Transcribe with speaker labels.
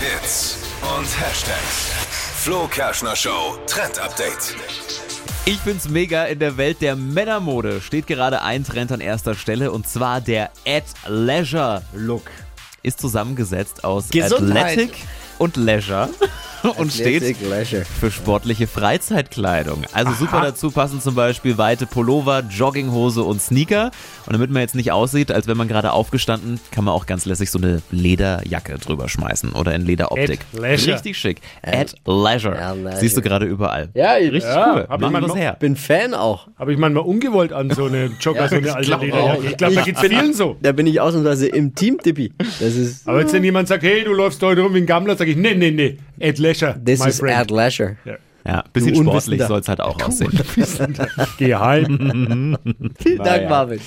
Speaker 1: Hits und Hashtags. Flo Kerschner Show Trend Update.
Speaker 2: Ich find's mega, in der Welt der Männermode steht gerade ein Trend an erster Stelle und zwar der At Leisure Look. Ist zusammengesetzt aus
Speaker 3: Gesundheit.
Speaker 2: Athletic und Leisure und steht
Speaker 3: Gleiche.
Speaker 2: für sportliche Freizeitkleidung. Also super dazu passen zum Beispiel weite Pullover, Jogginghose und Sneaker. Und damit man jetzt nicht aussieht, als wenn man gerade aufgestanden, kann man auch ganz lässig so eine Lederjacke drüber schmeißen oder in Lederoptik.
Speaker 4: At leisure.
Speaker 2: Richtig schick. At leisure.
Speaker 3: at leisure.
Speaker 2: Siehst du gerade überall.
Speaker 3: Ja, ich
Speaker 2: Richtig
Speaker 4: Ja,
Speaker 2: cool.
Speaker 4: Ah, hab ich
Speaker 2: Machen
Speaker 4: mal
Speaker 2: wir
Speaker 4: noch-
Speaker 2: her.
Speaker 3: bin Fan auch.
Speaker 4: Habe ich manchmal ungewollt an so eine Jogger, so eine alte
Speaker 3: glaub auch.
Speaker 4: Lederjacke. Ich glaube, da geht vielen so.
Speaker 3: Da bin ich ausnahmsweise im Team, Tippi. Das ist,
Speaker 4: Aber jetzt, wenn jemand sagt, hey, du läufst heute rum wie ein Gammler, sage ich, nee, nee, nee, Ed Lesher,
Speaker 3: this
Speaker 4: my
Speaker 3: is Ad
Speaker 4: friend.
Speaker 3: Leisure.
Speaker 2: Ja, bisschen
Speaker 3: Du
Speaker 2: sportlich
Speaker 3: Unwissender.
Speaker 2: soll es halt auch aussehen.
Speaker 4: Geh heim.
Speaker 3: Vielen Dank, Marvin.